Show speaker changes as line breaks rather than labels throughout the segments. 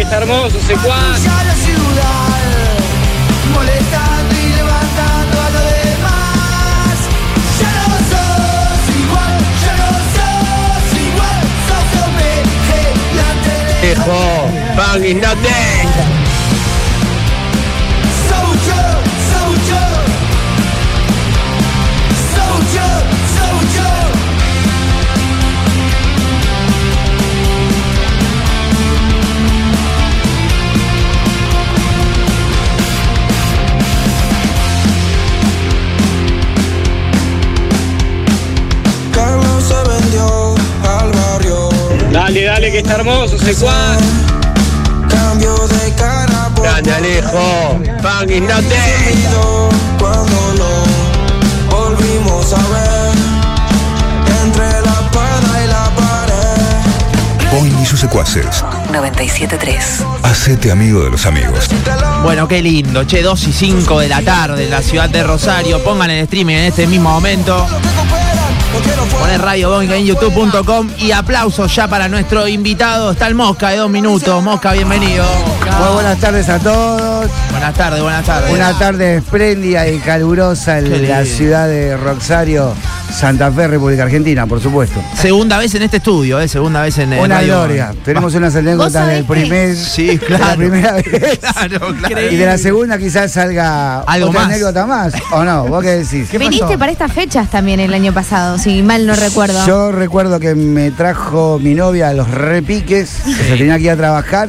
está hermoso, secuaz.
Ya la ciudad, molestando y levantando a los demás. Ya no sos igual, ya no sos igual, sos lo mejor.
Hijo, fucking no tengo.
Soldier, soldier. Soldier, soldier.
Carlos se vendió al barrio.
Dale, dale, que está hermoso, secuaz.
Cambio de cara por
Grande Alejo, fucking no tengo.
olvido cuando no volvimos a ver. Entre la espada y la pared.
Boing y sus secuaces.
973.
Hacete amigo de los amigos.
Bueno, qué lindo, che, 2 y 5 de la tarde en la ciudad de Rosario. Pongan el streaming en este mismo momento. Poner Radio Boing en youtube.com y aplausos ya para nuestro invitado. Está el Mosca de dos minutos. Mosca, bienvenido.
Muy buenas tardes a todos.
Buenas tardes, buenas tardes.
Una tarde espléndida y calurosa
Qué
en la
lindo.
ciudad de Rosario, Santa Fe, República Argentina, por supuesto.
Segunda vez en este estudio, ¿eh? Segunda vez en el
Una gloria. Tenemos unas anécdotas
sabés
del
que-
primer.
Sí,
de la
claro.
primera vez.
Claro, claro.
Y de la segunda quizás salga
Algo
otra
más.
anécdota más. ¿O no? ¿Vos qué decís?
Viniste para estas fechas también el año pasado, si mal no recuerdo.
Yo recuerdo que me trajo mi novia a los repiques, que se tenía que ir a trabajar.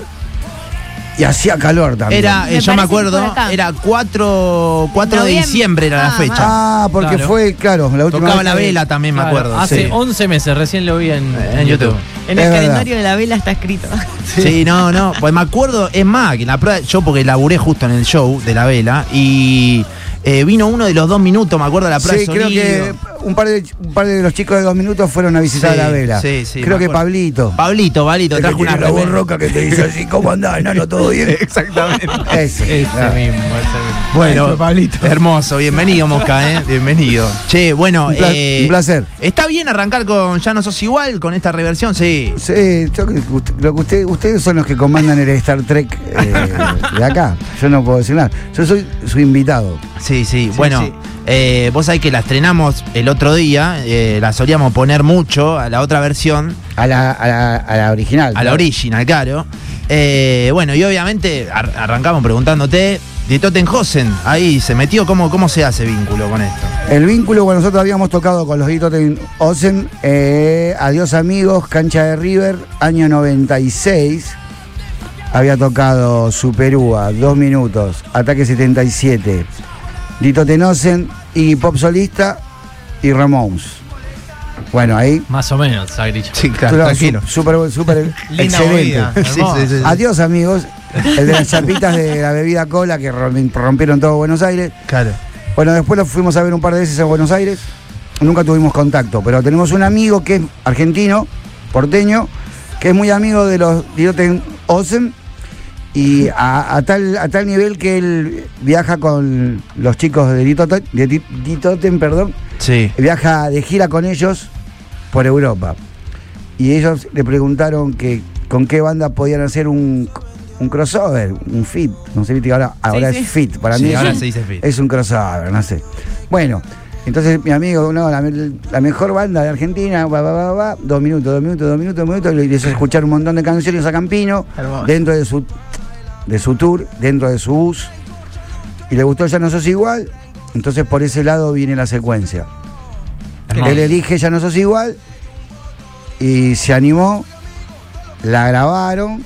Y hacía calor también.
Era, eh,
Me
yo me
parece por
acuerdo,
acá.
era 4, de
Noviembre.
diciembre era la
Ah,
fecha.
Ah, porque
Claro.
fue, claro, la última
Tocaba
vez
la
que-
vela también, me
Claro,
acuerdo.
Hace
sí.
11 meses, recién lo vi en, en YouTube.
En el Es verdad. calendario
de la vela está escrito.
Sí. no, no. Pues me acuerdo, es más, que la prueba, yo porque laburé justo en el show de la vela y eh, vino uno de los dos minutos, me acuerdo, de la prueba
Sí,
de
creo que
sonido.
un par, de, un par de los chicos de dos minutos fueron a visitar
Sí,
la vela.
sí, sí,
creo
me
que
acuerdo.
Pablito.
Pablito, Pablito, trajo una remera.
que te dice así, ¿cómo andás, enano? ¿Todo bien?
Exactamente.
Ese. Ah.
Ese
claro.
mismo, ese mismo.
Bueno, hermoso, bienvenido Mosca, ¿eh? bienvenido. Che, bueno,
Un pla-
eh,
un placer.
¿Está bien arrancar con Ya no sos igual, con esta reversión? Sí.
Sí, yo creo que usted- lo que usted- ustedes son los que comandan el Star Trek eh, de acá. Yo no puedo decir nada. Yo soy su invitado.
Sí, sí. bueno,
sí.
eh, vos sabés que la estrenamos el otro día, eh, la solíamos poner mucho a la otra versión,
A la, a la, a la original.
a la
claro.
original, claro. Eh, bueno, y obviamente ar- arrancamos preguntándote de Tottenhausen, ahí se metió, ¿cómo, ¿cómo se hace vínculo con esto?
El vínculo, bueno, nosotros habíamos tocado con los Ditoten Osen, eh, Adiós Amigos, Cancha de River, año 96. Había tocado Superúa, dos minutos, Ataque 77, Ditoten Osen, y Pop Solista y Ramones. Bueno, ahí.
Más o menos, Sagrillo.
Sí,
Súper, súper excelente. Adiós Amigos, el de las chapitas de la bebida cola que rom- rompieron todo Buenos Aires.
Claro.
Bueno, después lo fuimos a ver un par de veces a Buenos Aires. Nunca tuvimos contacto, pero tenemos un amigo que es argentino, porteño, que es muy amigo de los Dioten Osen. Y a, a tal, a tal nivel que él viaja con los chicos de Ditoten, de Di- Ditoten, perdón,
Sí.
viaja de gira con ellos por Europa. Y ellos le preguntaron que con qué banda podían hacer un, un crossover, un fit. No sé, viste que ahora, ahora
sí.
es fit. Para
Sí,
mí
ahora
es, un-
se dice fit.
es un crossover, no sé. Bueno, entonces mi amigo, no, la, me- la mejor banda de Argentina, va, va, va, va, dos minutos, dos minutos, dos minutos, dos minutos, y les hizo escuchar un montón de canciones a Campino,
Hermoso.
dentro de su, de su tour, dentro de su bus. Y le gustó Ya no sos igual, entonces por ese lado viene la secuencia.
Hermoso.
Él elige Ya no sos igual y se animó, la grabaron,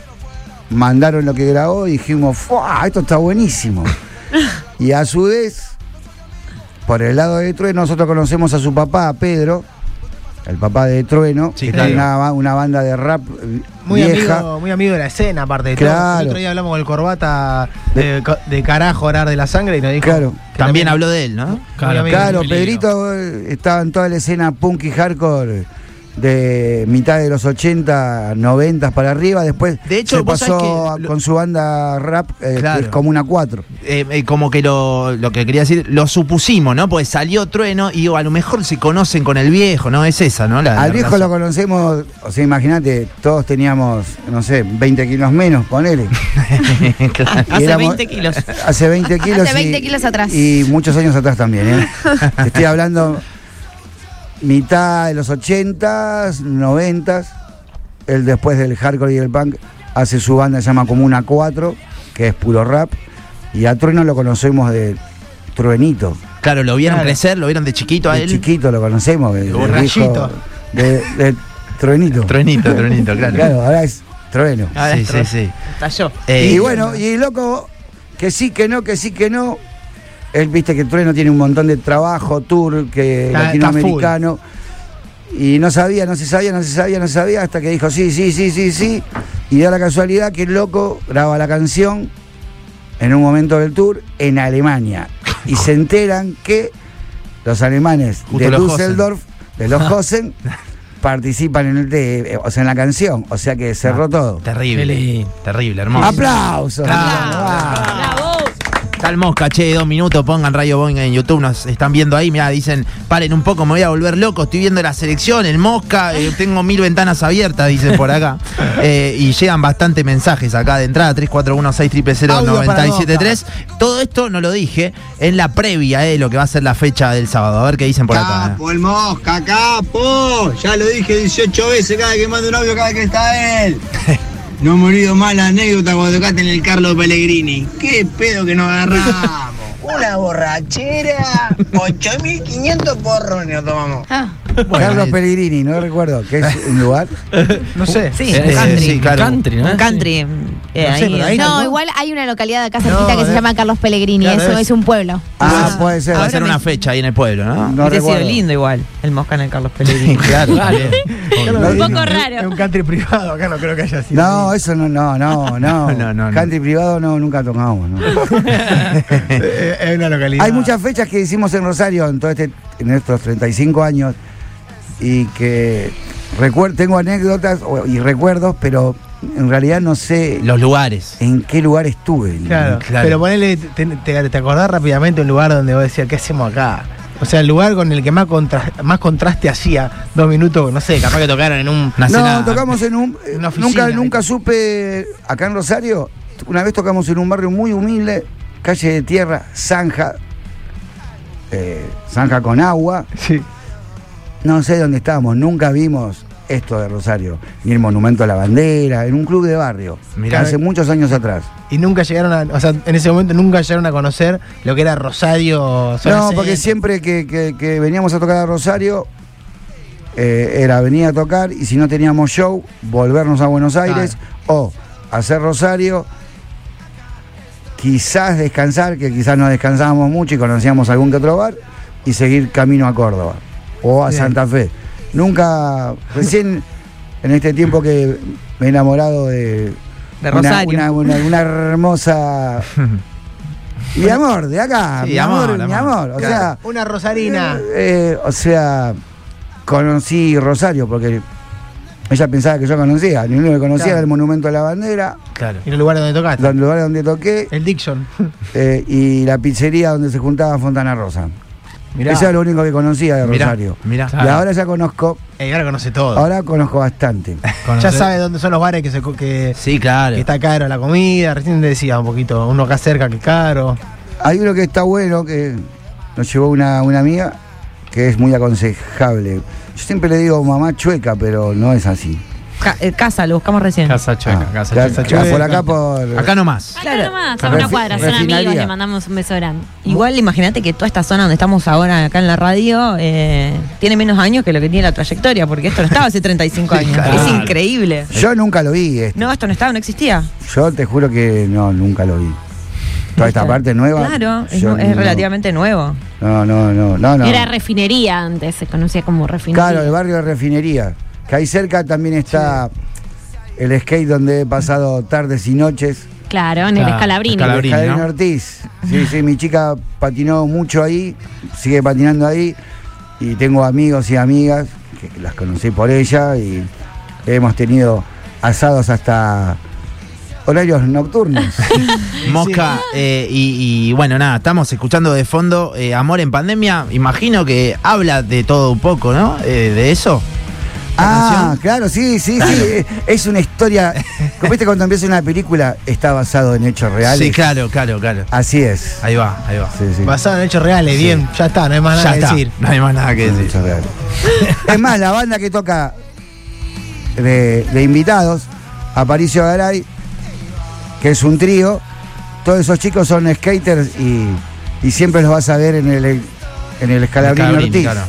mandaron lo que grabó y dijimos, ¡fuah! Esto está buenísimo. y a su vez, por el lado de Trueno, nosotros conocemos a su papá, a Pedro, el papá de Trueno,
Sí,
que
claro.
tiene una, ba- una banda de rap eh,
Muy
vieja.
amigo, muy amigo de la escena, aparte de todo.
Claro.
El otro día hablamos con el corbata de, de carajo orar de la sangre y nos dijo.
Claro.
que
También habló de él, ¿no?
Claro,
Claro,
Peligro.
Pedrito eh, estaba en toda la escena punk y hardcore de mitad de los 80, 90 para arriba. Después
De hecho,
se
vos sabés
pasó
que lo-
con su banda rap, eh,
Claro.
que es como una 4.
Eh, eh, como que lo, lo que quería decir, lo supusimos, ¿no? Pues salió Trueno y digo, a lo mejor se conocen con el viejo, ¿no? Es esa, ¿no? La- la
Al viejo lo
relación.
conocemos, o sea, imagínate, todos teníamos, no sé, 20 kilos menos, ponele.
Claro.
Y
Hace 20 kilos.
Hace 20 kilos.
Hace 20 kilos atrás.
Y muchos años atrás también, ¿eh? Te Estoy hablando mitad de los 80s, 90s. Él después del hardcore y el punk hace su banda, se llama Comuna 4, que es puro rap. Y a Trueno lo conocemos de Truenito.
Claro, lo vieron
Claro.
crecer, lo vieron de chiquito a
De
él.
chiquito lo conocemos. De, de
borrachito.
de, de Truenito.
Truenito, truenito, claro.
Claro, ahora es Trueno.
Ahora
sí,
es
sí,
Trueno.
sí.
Estalló.
Eh,
y bueno, y loco, que sí, que no, que sí, que no. Él viste que Trueno tiene un montón de trabajo, tour, que
Está-
latinoamericano. Y no sabía, no se sabía, no se sabía, no se sabía, hasta que dijo sí, sí, sí, sí, sí. Y da la casualidad que el loco graba la canción en un momento del tour en Alemania. Y se enteran que los alemanes
Justo
de
los Hosen.
Düsseldorf, de los Hosen, participan en, el te- o sea, en la canción. O sea que cerró
Ah,
todo.
Terrible, terrible, hermoso.
¡Aplausos!
Claro.
Vamos.
Bravo.
Tal mosca, che, dos minutos, pongan Radio Boing en YouTube, nos están viendo ahí, mirá, dicen, paren un poco, me voy a volver loco, estoy viendo la selección, el mosca, eh, tengo mil ventanas abiertas, dicen por acá. Eh, y llegan bastante mensajes acá de entrada, 341-600-973. Todo esto no lo dije, en la previa eh, lo que va a ser la fecha del sábado, a ver qué dicen por acá. eh.
Capo, el mosca, capo. Ya lo dije 18 veces cada vez que mando un audio, cada vez que está él. No me olvido más la anécdota cuando tocaste en el Carlos Pellegrini. Qué pedo que nos agarramos. Una borrachera. 8500 porrones nos tomamos.
Ah,
Carlos Pellegrini, no recuerdo, que es un lugar.
No sé.
Sí,
Eh,
country.
sí, claro.
Country,
¿no?
Country. Eh,
Ah, No sé, pero ahí
ahí.
No,
¿no?
igual hay una localidad acá
No,
cerquita que se
eh.
llama Carlos Pellegrini,
Claro,
eso
es-
es un pueblo.
Ah, puede ser.
Va a
ahora
ser una
me-
fecha ahí en el pueblo, ¿no?
No
Hubiese sido
recuerdo.
lindo igual el mosca en el Carlos Pellegrini.
Claro, también.
Claro,
Un
es
poco raro.
Es un country privado, acá no creo que haya sido.
No, eso no, no, no, no.
No, no, no.
Country privado no, nunca tocamos. no.
Eh, Es una localidad.
Hay muchas fechas que hicimos en Rosario en, todo este, en estos 35 años y que recuer- tengo anécdotas o- y recuerdos, pero en realidad no sé
Los lugares.
en qué lugar estuve.
Claro,
Claro.
Pero ponele, te, te- te acordás rápidamente un lugar donde vos decías, ¿qué hacemos acá? O sea, el lugar con el que más, contra- más contraste hacía dos minutos, no sé, capaz que tocaron en un.
Una
No,
cena-
tocamos en un. eh,
Una oficina,
nunca,
¿viste?
nunca supe. Acá en Rosario, una vez tocamos en un barrio muy humilde, calle de tierra, zanja. eh, zanja con agua.
Sí.
No sé dónde estábamos, nunca vimos esto de Rosario. Ni el monumento a la bandera, en un club de barrio.
Mirá.
hace muchos años atrás.
Y nunca llegaron a. O sea, en ese momento nunca llegaron a conocer lo que era Rosario. zona
No,
centro.
porque siempre que, que- que veníamos a tocar a Rosario, eh, era venir a tocar y si no teníamos show, volvernos a Buenos Aires o hacer Rosario, quizás descansar, que quizás no descansábamos mucho y conocíamos algún que otro bar, y seguir camino a Córdoba o a
Bien.
Santa Fe. Nunca, recién en este tiempo que me he enamorado de,
De
una-
Rosario.
Una, una- una hermosa. Mi amor, de acá.
Sí,
mi amor,
amor,
mi
amor.
amor. O sea.
Claro, Una rosarina.
eh, eh, o sea, conocí Rosario porque ella pensaba que yo conocía. Ni uno que conocía
Claro.
era el Monumento a la Bandera,
Claro.
Y el lugar donde tocaste.
donde, el lugar donde toqué,
El Dixon.
eh, y la pizzería donde se juntaba Fontana Rosa.
Mirá.
Eso es lo único que conocía de
Mirá,
Rosario.
mirá.
Y ahora ya conozco,
Eh, ahora conoce todo.
ahora conozco bastante.
ya sabe dónde son los bares que, se, co- que,
Sí, claro.
que está caro la comida. Recién te decía un poquito, uno acá cerca que es caro.
Hay uno que está bueno, que nos llevó una, una amiga, que es muy aconsejable. Yo siempre le digo mamá chueca, pero no es así.
Ca- eh, casa, lo buscamos recién.
Casa Chueca,
Ah,
Casa
acá-
Chueca.
acá Por acá, por...
Acá nomás.
Claro.
nomás, a una
Refi-
cuadra, son amigos,
refinería.
le mandamos un beso grande.
Igual imagínate que toda esta zona donde estamos ahora acá en la radio eh, tiene menos años que lo que tiene la trayectoria, porque esto no estaba hace 35 años.
Claro.
Es increíble.
Yo nunca lo vi, este.
No, esto no estaba, no existía.
Yo te juro que no, nunca lo vi. Toda esta parte nueva.
Claro, es,
yo
nu- es
no-
relativamente nuevo.
No, no, no, no, no.
Era refinería antes, se conocía como refinería.
Claro, el barrio de refinería. Que ahí cerca también está el skate donde he pasado tardes y noches.
Claro, en el
Claro,
escalabrini.
escalabrini. Cabrini,
Javier
¿no?
Ortiz. Sí, sí, mi chica patinó mucho ahí, sigue patinando ahí. Y tengo amigos y amigas que las conocí por ella y hemos tenido asados hasta horarios nocturnos.
Mosca, eh, y, y, bueno, nada, estamos escuchando de fondo eh, Amor en Pandemia. Imagino que habla de todo un poco, ¿no? Eh, de eso.
Ah, claro, sí, sí, sí. eh, Es una historia. como ¿Viste cuando empieza una película? Está basado en hechos reales.
Sí, claro, claro, claro.
Así es.
Ahí va, ahí va.
Sí, sí.
Basado en hechos reales, bien, ya está, no hay más
ya
nada que
está.
decir.
No hay más nada que
Basado en
decir.
hechos reales. Es más, la banda que toca de, de invitados, Aparicio Garay, que es un trío, todos esos chicos son skaters y, y siempre los vas a ver en el, en el escalabrín
Escalabrín,
Ortiz.
claro.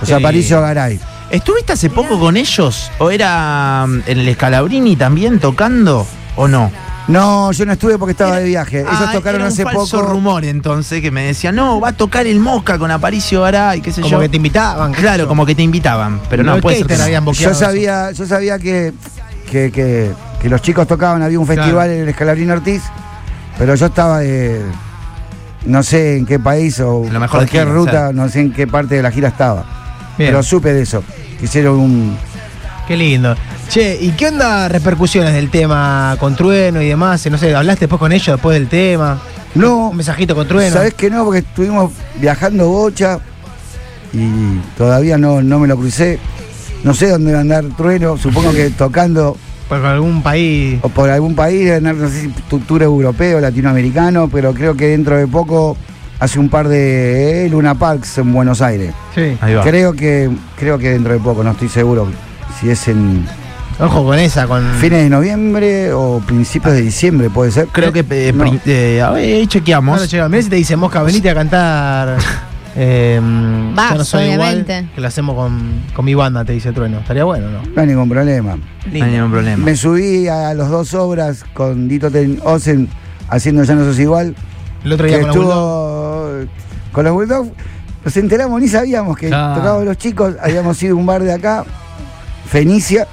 O sea,
Sí.
Aparicio Garay.
¿Estuviste hace poco con ellos? ¿O era mm, en el Escalabrini también tocando? ¿O no?
No, yo no estuve porque estaba de viaje. Ellos
Ah,
tocaron
era un
hace
falso
poco.
rumor entonces que me decían, no, va a tocar el Mosca con Aparicio Garay, qué sé
Como
yo.
que te invitaban. qué sé
Claro,
yo.
como que te invitaban, pero no,
Los
puede ser. que
skaters
no.
habían boqueado
Yo
eso.
sabía, yo sabía que, que, que- que los chicos tocaban, había un festival
Claro.
en el Escalabrín Ortiz, pero yo estaba de. No sé en qué país o
En la mejor
cualquier
gira,
ruta,
claro.
no sé en qué parte de la gira estaba.
Bien.
Pero supe de eso. que Hicieron un.
Qué lindo. Che, ¿y qué onda repercusiones del tema con Trueno y demás? No sé, ¿hablaste después con ellos después del tema?
No,
Un mensajito con Trueno.
¿sabés que no? Porque estuvimos viajando bocha y todavía no, no me lo crucé. No sé dónde va a andar Trueno, supongo que tocando
Por algún país.
o por algún país, no sé si tu- tour europeo, latinoamericano, pero creo que dentro de poco hace un par de eh, Luna Parks en Buenos Aires.
Sí.
Ahí va.
Creo que creo que dentro de poco, no estoy seguro si es en
Ojo con esa, con.
fines de noviembre o principios de diciembre, puede ser.
Creo que eh,
No.
pri- eh, a ver,
No
chequeamos.
lo llega. Mirá si te dice Mosca, venite a cantar. eh,
Vas,
Yo no soy
obviamente.
Igual, que lo hacemos con, con mi banda, te dice Trueno. Estaría bueno, ¿no?
No hay ningún problema.
No hay ningún problema.
Me subí a las dos obras con Dito Ten Osen haciendo Ya no sos igual.
El otro
que
día con la Bulldog.
estuvo con los Bulldogs. Nos enteramos, ni sabíamos que
Claro.
tocaban los chicos. Habíamos ido a un bar de acá, Fenicia.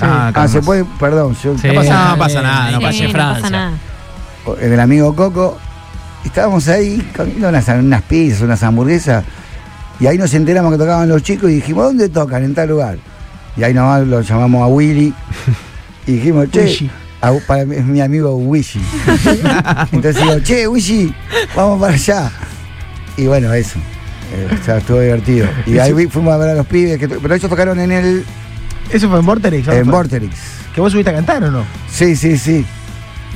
Ah,
Ah, se
calma.
puede, perdón, yo,
Sí.
pasa-
Eh,
no pasa nada, no
en
pasa
Calle Francia.
nada.
el amigo Coco, estábamos ahí comiendo unas, unas pizzas, unas hamburguesas, y ahí nos enteramos que tocaban los chicos y dijimos, ¿dónde tocan? En tal lugar. Y ahí nomás lo llamamos a Willy y dijimos, che,
Willy.
a- para mí es mi amigo Willy. Entonces digo, che, Willy, vamos para allá. Y bueno, eso. Eh, o sea, estuvo divertido. Y ahí vi- fuimos a ver a los pibes, que to- pero ellos tocaron en el
¿Eso fue en Vorterix? ¿no?
en Vorterix.
¿Que vos subiste a cantar o no?
Sí, sí, sí.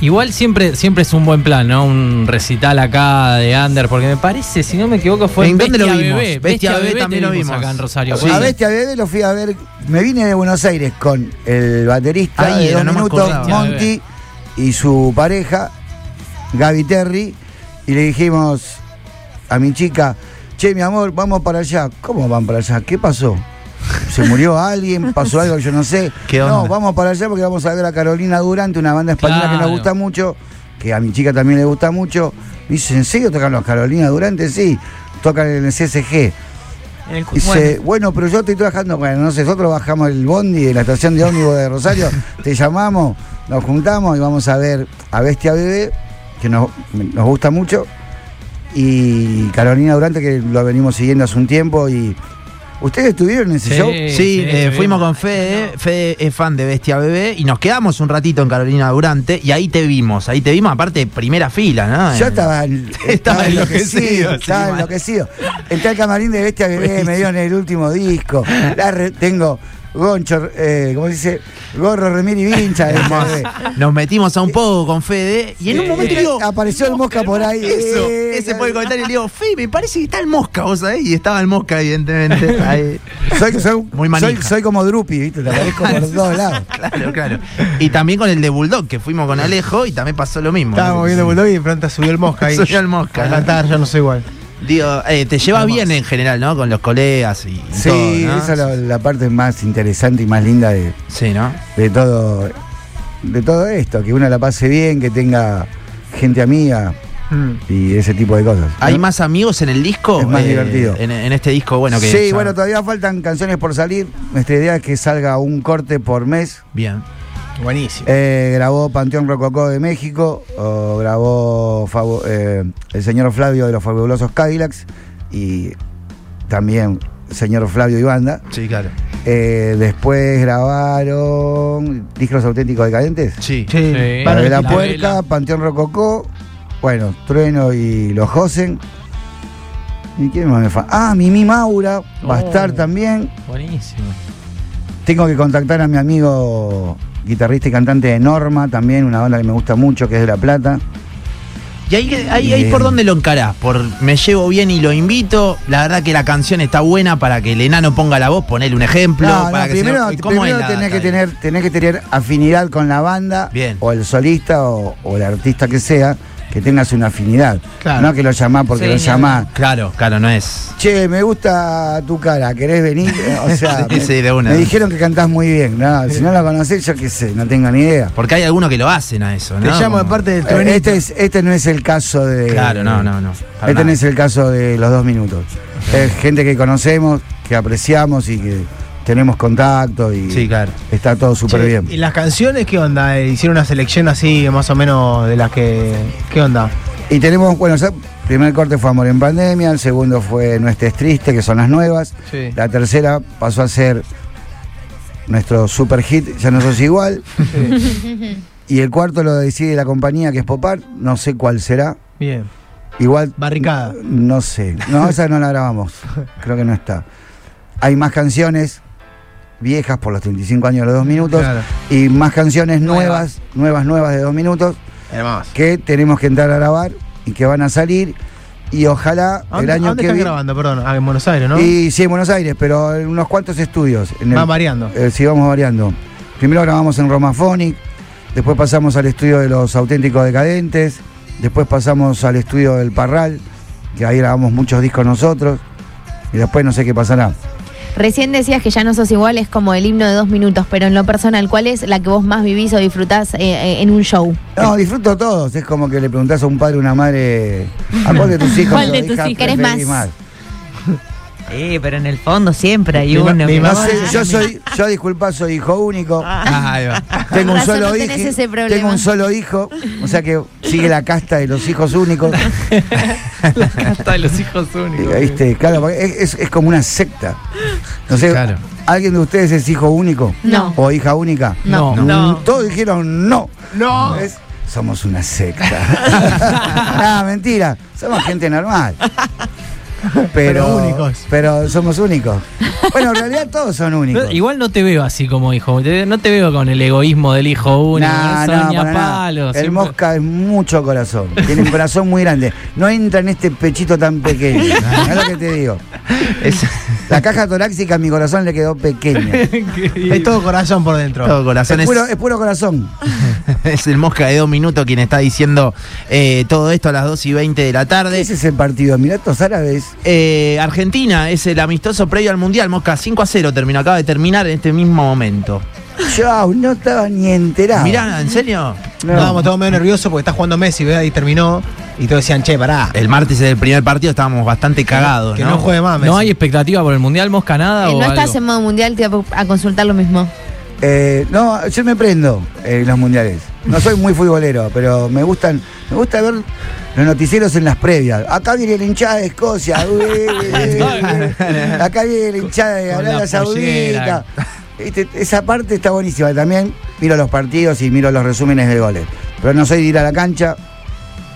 Igual siempre, siempre es un buen plan, ¿no? Un recital acá de Under, porque me parece, si no me equivoco, fue
¿En dónde lo
Bestia
vimos?
Bebé.
Bestia Bebé
te
también lo vimos.
acá en Rosario.
Sí.
A Bestia Bebé lo fui a ver. Me vine de Buenos Aires con el baterista
Ahí
de
era,
dos
no me
minutos,
acordaba.
Monty, y su pareja, Gaby Terry. Y le dijimos a mi chica, che, mi amor, vamos para allá. ¿Cómo van para allá? ¿Qué pasó? ¿Se murió alguien? ¿Pasó algo? que Yo no sé.
¿Qué
no,
onda?
vamos para allá porque vamos a ver a Carolina Durante, una banda española que nos
Claro.
gusta mucho, que a mi chica también le gusta mucho. Me dice, ¿en serio tocan los Carolina Durante? Sí, tocan en el CSG.
En el cu-
Dice, bueno. pero yo estoy trabajando, bueno, no sé, nosotros bajamos el bondi de la estación de ómnibus de Rosario, te llamamos, nos juntamos y vamos a ver a Bestia Bebé, que nos, nos gusta mucho, y Carolina Durante, que lo venimos siguiendo hace un tiempo, y ustedes estuvieron en ese
Sí.
show.
Sí,
sí,
eh,
estuvimos.
fuimos con Fede. Fede es fan de Bestia Bebé y nos quedamos un ratito en Carolina Durante y ahí te vimos. Ahí te vimos, aparte, primera fila, ¿no?
Yo
En-
estaba, en-
Estaba enloquecido,
estaba
sí, mal.
enloquecido. Entré al camarín de Bestia Bebé, me dieron el último disco. La re- tengo goncho, eh, ¿cómo se dice? Gorro, remir y vincha. de Bestia Bebé.
Nos metimos a un poco con Fede y en un momento
Eh,
digo.
apareció el mosca por ahí.
Eso,
Eh,
ese fue el comentario. y Le digo, Fede, me parece que está el mosca, vos sabés. Y estaba el mosca, evidentemente. Ahí.
soy, soy-
Muy manija.
soy- soy como Drupi, ¿viste? Te aparezco por todos lados.
Claro, claro. Y también con el de Bulldog, que fuimos con Alejo y también pasó lo mismo.
Estábamos viendo Bulldog y de pronto subió el mosca ¿eh? ahí.
Subió el Mosca,
A
¿no?
cantar, yo no soy igual.
Digo, eh, te lleva
Hermoso.
bien en general, ¿no? Con los colegas y, y
Sí,
todo, ¿no?
esa es la, la parte más interesante y más linda de,
Sí, ¿no?
de todo de todo esto, que uno la pase bien, que tenga gente amiga
Mm.
y ese tipo de cosas.
¿Hay más amigos en el disco? Eh,
Es más divertido.
En, en este disco, bueno, que.
sí,
ya-
bueno, todavía faltan canciones por salir. Nuestra idea es que salga un corte por mes.
Bien.
Buenísimo.
Eh, grabó Panteón Rococó de México, o grabó Fabu- eh, el señor Flavio de los Fabulosos Cadillacs y también señor Flavio Ibanda.
Sí, claro.
Eh, después grabaron Discos Auténticos Decadentes.
Sí.
Sí.
Para de la
La
Puerca,
Vela.
Panteón Rococó, bueno, Trueno y Los Josen. ¿Y quién más me fa- Ah, Mimi Maura va a
Oh.
estar también.
Buenísimo.
Tengo que contactar a mi amigo guitarrista y cantante de Norma, también una banda que me gusta mucho, que es de La Plata.
Y ahí, ahí, ahí
Bien.
por dónde lo encarás, por me llevo bien y lo invito, la verdad que la canción está buena para que el enano ponga la voz, ponele un ejemplo.
No, no,
para que se
primero,
nos- ¿cómo es
primero
la
tenés,
data
que
ahí?
tener, tenés que tener afinidad con la banda,
Bien.
o el solista, o, o el artista que sea, que tengas una afinidad.
Claro.
No que lo llamás porque
Sí,
lo
no.
llamás.
Claro, claro, no es.
Che, me gusta tu cara, ¿querés venir? Eh, O sea,
Sí,
me,
sí, de una.
me dijeron que cantás muy bien. No, si no la conocés, yo qué sé, no tengo ni idea.
Porque hay algunos que lo hacen a eso,
Te
¿no?
llamo de
Como-
parte del
Eh,
truenito.
Este, es, este no es el caso de.
Claro, no, no, no. para
Este no
nada.
es el caso de los dos minutos. Es gente que conocemos, que apreciamos y que tenemos contacto y
Sí, claro.
está todo súper
Che,
bien.
¿Y las canciones qué onda? Eh, ¿Hicieron una selección así más o menos de las que... ¿Qué onda?
Y tenemos, bueno, ya, primer corte fue Amor en Pandemia, el segundo fue No estés triste, que son las nuevas.
Sí.
La tercera pasó a ser nuestro super hit, Ya no sos igual. Y el cuarto lo decide la compañía, que es Pop Art, no sé cuál será.
Bien.
Igual,
Barricada.
no sé. No, esa no la grabamos, creo que no está. Hay más canciones viejas por los 35 años de los dos minutos
Claro.
y más canciones nuevas, nuevas, nuevas de dos minutos
Hermoso.
que tenemos que entrar a grabar y que van a salir y ojalá
¿A
el
dónde,
año
a dónde
que
estás
viene
grabando? Perdón, Ah, en Buenos Aires, ¿no?
y sí en Buenos Aires pero en unos cuantos estudios en el-
Van variando.
eh, sí vamos variando primero grabamos en Romaphonic después pasamos al estudio de los auténticos decadentes después pasamos al estudio del Parral que ahí grabamos muchos discos nosotros y después no sé qué pasará
Recién decías que ya no sos igual, es como el himno de dos minutos, pero en lo personal, ¿cuál es la que vos más vivís o disfrutás eh, eh, en un show?
no, disfruto todos. Es como que le preguntás a un padre o una madre, ¿a cuál de tus hijos?
¿Cuál
o
de tus
hijas
hijos? ¿Querés
preferís
más?
Eh, pero en el fondo siempre hay
Mi ma-
uno.
mi
que-
No
mamá-
sé, yo soy, yo disculpa, soy hijo único.
Ah, ahí va.
Tengo un
Razón,
solo
no
hijo.
tenés ese problema.
Tengo un solo hijo. O sea que sigue la casta de los hijos únicos.
Hasta de los hijos únicos.
¿Viste? Claro, porque es, es- es como una secta. No sé,
Claro.
¿alguien de ustedes es hijo único?
No.
¿O hija única?
No.
Mm, Todos dijeron no.
No.
¿Ves? Somos una secta. Nada, mentira. Somos gente normal. Pero,
Pero únicos.
Pero somos únicos. Bueno, en realidad todos son únicos.
No, igual no te veo así como hijo. te- no te veo con el egoísmo del hijo único.
Nah,
eso,
nah,
ni a
para nada.
palos,
El
siempre-
mosca es mucho corazón. Tiene un corazón muy grande. No entra en este pechito tan pequeño. es lo que te digo.
Es
La caja torácica a mi corazón le quedó pequeña.
Es todo corazón por dentro.
todo corazón,
Es
es,
puro, es puro corazón.
es el mosca de dos minutos quien está diciendo eh, todo esto a las 2 y 20 de la tarde.
Ese es el partido. Emiratos Árabes.
Eh, Argentina es el amistoso previo al Mundial, Mosca 5 a 0 terminó, acaba de terminar en este mismo momento.
Chau, no estaba ni enterado.
Mirá, ¿en serio?
No.
Nos Estábamos todos medio nerviosos porque está jugando Messi, ¿verdad? Y terminó. Y todos decían, che, pará.
El martes del primer partido estábamos bastante cagados,
Que no, juegue más, Messi.
No hay expectativa por el mundial, mosca nada.
Eh,
o
no estás
algo?
en modo mundial, te iba a consultar lo mismo.
Eh, no, yo me prendo en los mundiales. No soy muy futbolero, pero me gustan, me gusta ver los noticieros en las previas. Acá viene la hinchada de Escocia. ué, ué, ué. Acá viene la hinchada de
Con
Arabia
la
Saudita.
pollera.
Viste, esa parte está buenísima. También miro los partidos y miro los resúmenes de goles. Pero no soy de ir a la cancha,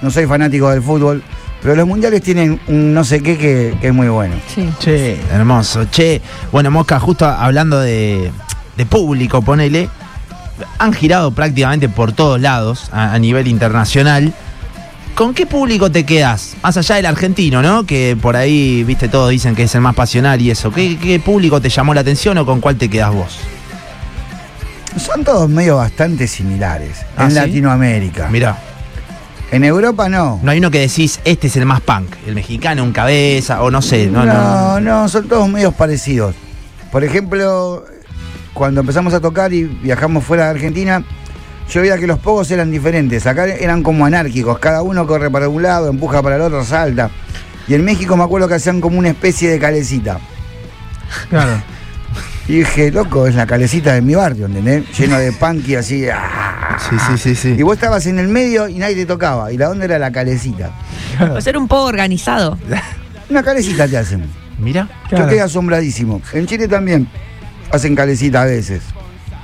no soy fanático del fútbol. Pero los mundiales tienen un no sé qué que, que es muy bueno.
Sí.
Che, hermoso. Che, bueno, Mosca, justo hablando de, de público, ponele, han girado prácticamente por todos lados a, a nivel internacional. ¿Con qué público te quedas? Más allá del argentino, ¿no? Que por ahí, viste, todos dicen que es el más pasional y eso. ¿Qué, qué público te llamó la atención o con cuál te quedas vos?
Son todos medio bastante similares
Ah,
en
¿sí?
Latinoamérica.
Mirá,
En Europa no.
no hay uno que decís, este es el más punk, el mexicano, un cabeza, o no sé, no,
Eh, No,
no. no.
no, son todos medios parecidos. Por ejemplo, cuando empezamos a tocar y viajamos fuera de Argentina, yo veía que los pogos eran diferentes. Acá eran como anárquicos, cada uno corre para un lado, empuja para el otro, salta. Y en México me acuerdo que hacían como una especie de calecita.
Claro.
Y dije, loco, es la calecita de mi barrio, ¿entendés? Lleno de punky así. ¡ah!
Sí, sí, sí, sí.
Y vos estabas en el medio y nadie te tocaba. ¿Y la onda era la calecita?
O ser un poco organizado.
Una calecita te hacen.
Mira.
Yo quedé asombradísimo. En Chile también hacen calecita a veces.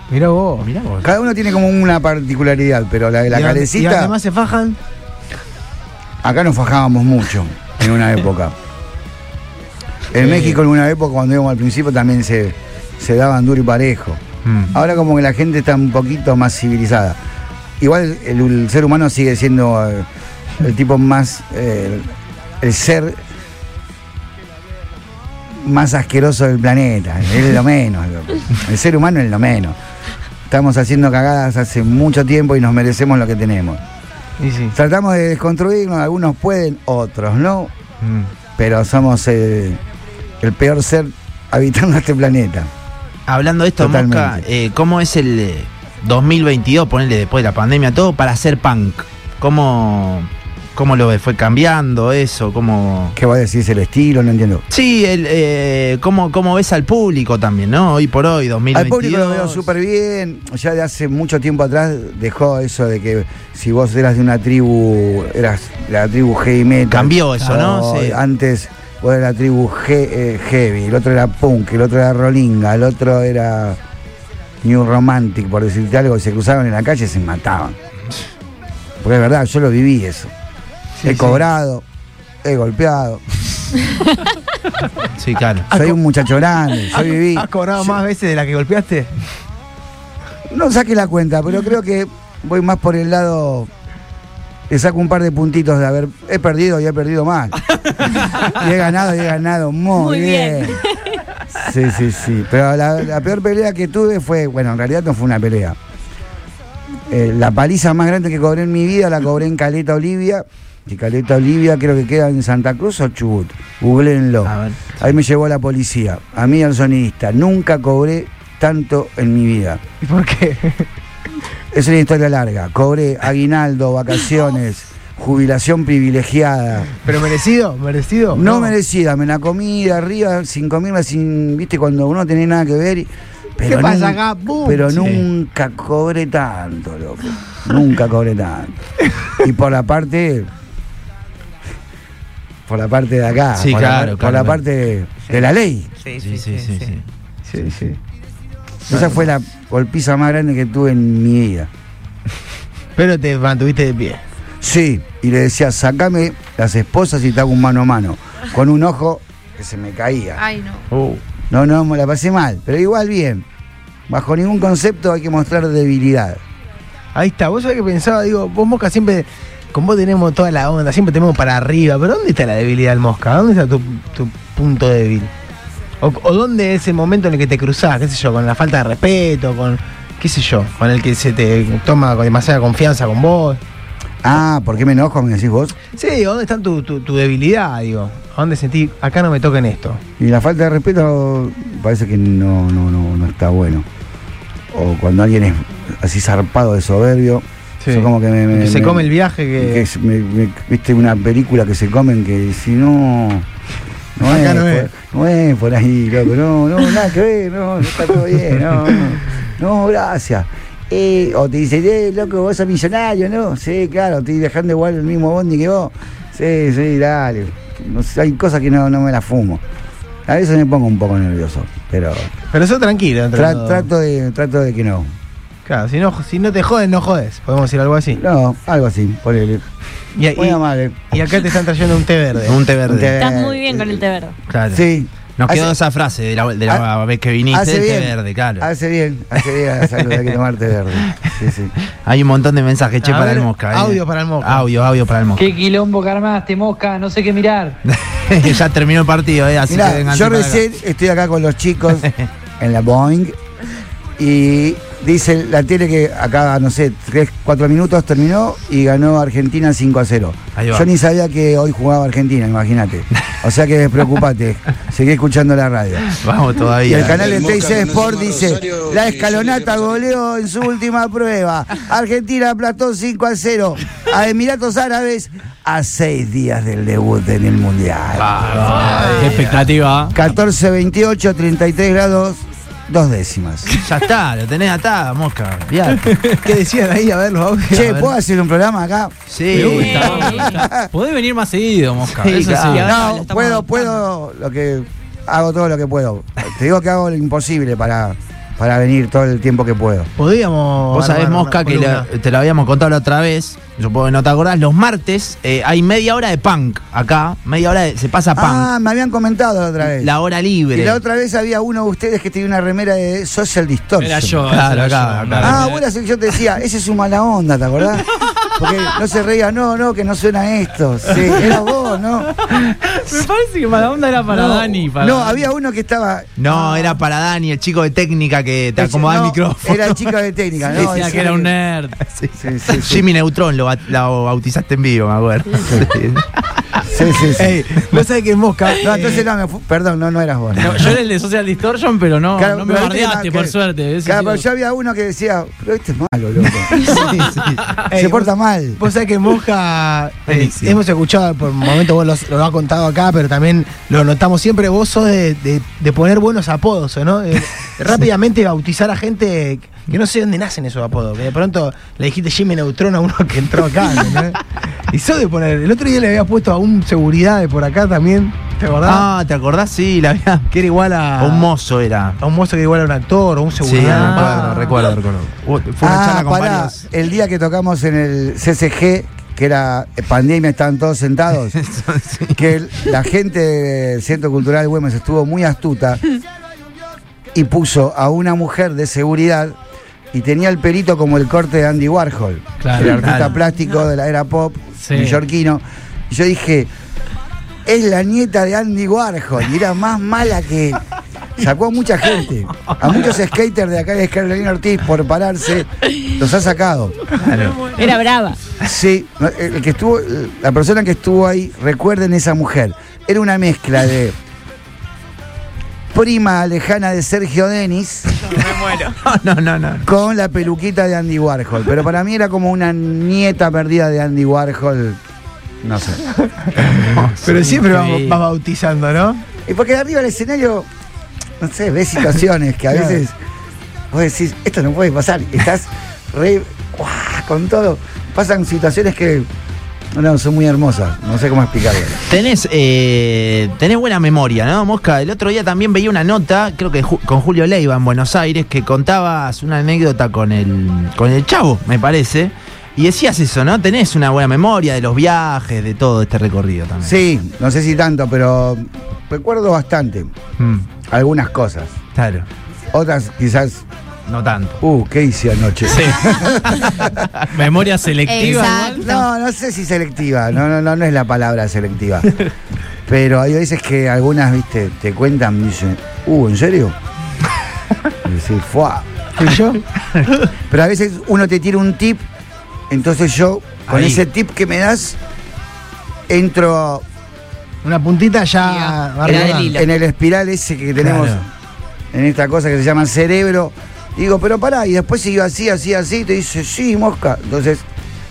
Mira vos.
Mira vos.
Cada uno tiene como una particularidad, pero la de la
Y a- Y
calecita,
además se fajan.
acá nos fajábamos mucho en una época. En
Sí.
México en una época, cuando íbamos al principio, también se, se daban duro y parejo. Ahora como que la gente está un poquito más civilizada. Igual el, el ser humano sigue siendo eh, el tipo más... eh, el ser más asqueroso del planeta. Es lo menos. loco. El ser humano es lo menos. Estamos haciendo cagadas hace mucho tiempo y nos merecemos lo que tenemos.
Y sí.
Tratamos de desconstruirnos, algunos pueden, otros no, pero somos eh, el peor ser habitando este planeta.
Hablando de esto,
Totalmente.
Mosca, eh, ¿cómo es el eh, 2022, ponerle después de la pandemia, todo para hacer punk? ¿Cómo, cómo lo ves? ¿Fue cambiando eso? ¿Cómo...?
¿Qué vos decís? ¿El estilo? No entiendo.
Sí, el, eh, ¿cómo, ¿cómo ves al público también, no? Hoy por hoy, 2022.
Al público lo veo súper bien. Ya de hace mucho tiempo atrás dejó eso de que si vos eras de una tribu, eras la tribu heavy metal.
Cambió eso, ¿no?
O
Sí.
Antes vos eras la tribu he- eh, heavy, el otro era punk, el otro era rollinga, el otro era new romantic, por decirte algo. y Se cruzaban en la calle y se mataban. Porque es verdad, yo lo viví eso.
Sí,
he
sí.
cobrado, he golpeado,
Sí, claro.
soy un muchacho grande,
Ah,
yo viví.
¿Has cobrado más veces de la que golpeaste?
No saqué la cuenta, pero creo que voy más por el lado. Le saco un par de puntitos de haber. He perdido y he perdido mal. y he ganado y he ganado muy,
Muy bien.
bien. Sí, sí, sí. Pero la, la peor pelea que tuve fue. Bueno, en realidad no fue una pelea. Eh, la paliza más grande que cobré en mi vida la cobré en Caleta Olivia. Y Caleta Olivia creo que queda en Santa Cruz o Chubut. Googleenlo.
A ver.
Ahí me llevó la policía. A mí y al sonidista. Nunca cobré tanto en mi vida.
¿Y por qué?
Es una historia larga. Cobré aguinaldo, vacaciones, jubilación privilegiada.
¿Pero merecido? ¿Merecido?
No merecida, me la comí de arriba sin comerla, sin, viste, cuando uno tiene nada que ver. y- Pero
¿Qué pasa
nun-
acá? ¡Bum!
Pero
Sí.
nunca cobré tanto, loco. Nunca cobré tanto. Y por la parte. Por la parte de acá.
Sí,
por la-
claro,
Por la
claro.
parte de la ley.
Sí,
Sí, sí, sí, sí.
Sí, sí.
Esa fue la golpiza más grande que tuve en mi vida.
Pero te mantuviste de pie.
Sí, y le decía, sacame las esposas y te hago un mano a mano. Con un ojo que se me caía.
Ay, no.
Uh,
No, no, me la pasé mal, pero igual bien. Bajo ningún concepto hay que mostrar debilidad.
Ahí está. Vos sabés que pensaba, digo, vos Mosca siempre. Con vos tenemos toda la onda, siempre tenemos para arriba. Pero ¿dónde está la debilidad del Mosca? ¿Dónde está tu, tu punto débil? O, o dónde es el momento en el que te cruzás, qué sé yo, con la falta de respeto, con. qué sé yo, con el que se te toma con demasiada confianza con vos?
Ah, ¿por qué me enojo? Me decís vos.
Sí, digo, ¿dónde está tu, tu- tu debilidad? Digo, ¿a dónde sentí? Acá no me toquen esto.
Y la falta de respeto parece que no, no, no, no está bueno. O cuando alguien es así zarpado de soberbio, yo como que me, me-
Que se
me-
come el viaje que.
que es- me- me- viste una película que se comen que si no no
Acá
es,
no
por,
es.
no es por ahí loco no no nada que ver no, no está todo bien no no gracias Eh, o te dicen eh loco vos sos millonario no sí claro estoy viajando igual el mismo bondi que vos sí sí dale No sé, hay cosas que no, no me las fumo a veces me pongo un poco nervioso pero
Pero eso tranquilo. entre
tra-
todo.
trato de trato de que no
Claro, si no, si no te jodes, no jodes. Podemos decir algo así.
no algo así ponele
Y, Eh, y-
muy amable
y acá te están trayendo un té verde.
un té verde.
Te-
Estás muy bien con el té verde.
Claro.
sí
Nos quedó
Hace-
esa frase de la, de la vez que viniste,
hace
el té
bien.
verde, claro.
Hace bien, hace bien a la salud, hay que tomarte verde. Sí, sí.
Hay un montón de mensajes, che,
A
para
ver,
el mosca. eh.
audio para el Mosca.
Audio, audio para el mosca.
Qué quilombo que armaste, mosca, no sé qué mirar.
ya terminó el partido, eh, así
Mirá,
que vengan
yo
para acá.
recién estoy acá con los chicos en la Boeing y dice la tele que acá, no sé, 3, 4 minutos terminó y ganó Argentina 5 a 0.
Ahí va.
Yo ni sabía que hoy jugaba Argentina, imagínate. O sea que despreocupate, seguí escuchando la radio.
Vamos
Y
todavía.
el canal de
El Mosca
TIC
con
Sport
Nelson
dice,
Rosario,
la
que
escalonata
yo le-
goleó en su última prueba. Argentina aplastó 5 a 0 a Emiratos Árabes a 6 días del debut en el Mundial.
Qué expectativa.
14-28, 33 grados, dos décimas.
Ya está, lo tenés atada, mosca.
¿Qué decían ahí? A ver los audios.
Che, ¿puedo hacer un programa acá?
Me
Sí.
gusta, me gusta. Podés venir más seguido, Mosca.
Sí,
Eso sí.
claro.
No, puedo, puedo, lo que hago todo lo que puedo. Te digo que hago lo imposible para, para venir todo el tiempo que puedo.
Podíamos.
Vos sabés,
armar una
Mosca, que
columna.
la- te lo habíamos contado la otra vez. Yo puedo que no te acordás. Los martes eh, hay media hora de punk acá. Media hora de- se pasa punk.
Ah, me habían comentado la otra vez.
la hora libre.
Y la otra vez había uno de ustedes que tenía una remera de Social Distortion.
Era yo, Claro, ese era acá, yo. acá.
Ah, buena sección te decía, ese es un mala onda, ¿te acordás? Porque no se reía, no, no, que no suena esto. Sí, era vos, ¿no?
Me parece que mala onda era para
No,
Dani. Para
No, había uno que estaba.
No, era para Dani, el chico de técnica que te acomodaba
no,
el micrófono.
Era el chico de técnica, ¿no?
Decía
Ese
que era un nerd.
Sí,
sí, sí, sí.
Jimmy Neutron lo, bat- la bautizaste en vivo, me acuerdo.
Sí, sí, sí.
Ey, vos sabés que es Mosca.
No, entonces no, me fu- perdón, no, no eras vos.
No, yo era el de Social Distortion, pero no,
Claro,
no me
pero viste que
bardeaste,
no,
por
que-
suerte. Ese
Claro,
sí-
pero yo había uno que decía, pero este es malo, loco.
Ey,
Se
vos-
porta mal.
Vos sabés que Mosca, eh,
Buenísimo.
hemos escuchado por momentos, vos los- lo, has contado acá, pero también lo notamos siempre, vos sos de, de- de poner buenos apodos, ¿o ¿no? Eh, rápidamente bautizar a gente que no sé dónde nacen esos apodos, que de pronto le dijiste Jimmy Neutron a uno que entró acá, ¿no? Y sos de poner, el otro día le había puesto a un seguridad de por acá también, ¿te acordás?
Ah, ¿te acordás? Sí, la había.
que era igual a,
a Un mozo era.
a un mozo que igual a un actor, o un
Sí,
seguridad.
recuerdo, recuerdo, recuerdo. Fue una charla
Ah,
con
pará,
varios.
el día que tocamos en el CCG, que era eh, pandemia, estaban todos sentados, que el- la gente del Centro Cultural de Güemes estuvo muy astuta y puso a una mujer de seguridad y tenía el pelito como el corte de Andy Warhol,
Claro,
el artista
claro.
plástico de la era pop
Sí.
neoyorquino. Y yo dije, es la nieta de Andy Warhol y era más mala que... Sacó a mucha gente, a muchos skaters de acá de Carolina Ortiz por pararse, los ha sacado.
Era brava.
Sí, no, el que estuvo, la persona que estuvo ahí, recuerden esa mujer, era una mezcla de prima lejana de Sergio Denis
No, no, no. no.
con la peluquita de Andy Warhol, pero para mí era como una nieta perdida de Andy Warhol, no sé.
Pero siempre vas,
Sí.
vas bautizando, ¿no?
Y porque de arriba del escenario, no sé, ves situaciones que a
Claro.
veces vos decís, esto no puede pasar. y Estás re ¡guau! con todo. Pasan situaciones que no, son muy hermosas. No sé cómo explicarlo.
Tenés, eh, tenés buena memoria, ¿no, Mosca? El otro día también veía una nota, creo que ju- con Julio Leiva en Buenos Aires, que contabas una anécdota con el, con el chavo, me parece. Y decías eso, ¿no? Tenés una buena memoria de los viajes, de todo este recorrido también.
Sí, no sé si tanto, pero recuerdo bastante
Mm,
algunas cosas.
claro,
Otras quizás,
no tanto.
uh, ¿qué hice anoche?
Sí. Memoria selectiva.
Exacto.
No, no sé si selectiva, no, no, no, no es la palabra selectiva. Pero hay veces que algunas, viste, te cuentan, dicen, uh, ¿en serio? Y decís, fuá.
Fui yo.
Pero a veces uno te tira un tip, entonces yo, con
Ahí.
ese tip que me das, entro
Una puntita ya. va
en,
rodando.
en el espiral ese que tenemos
Claro.
en esta cosa que se llama cerebro. Digo, pero pará, y después siguió así, así, así, y te dice, sí, mosca. Entonces,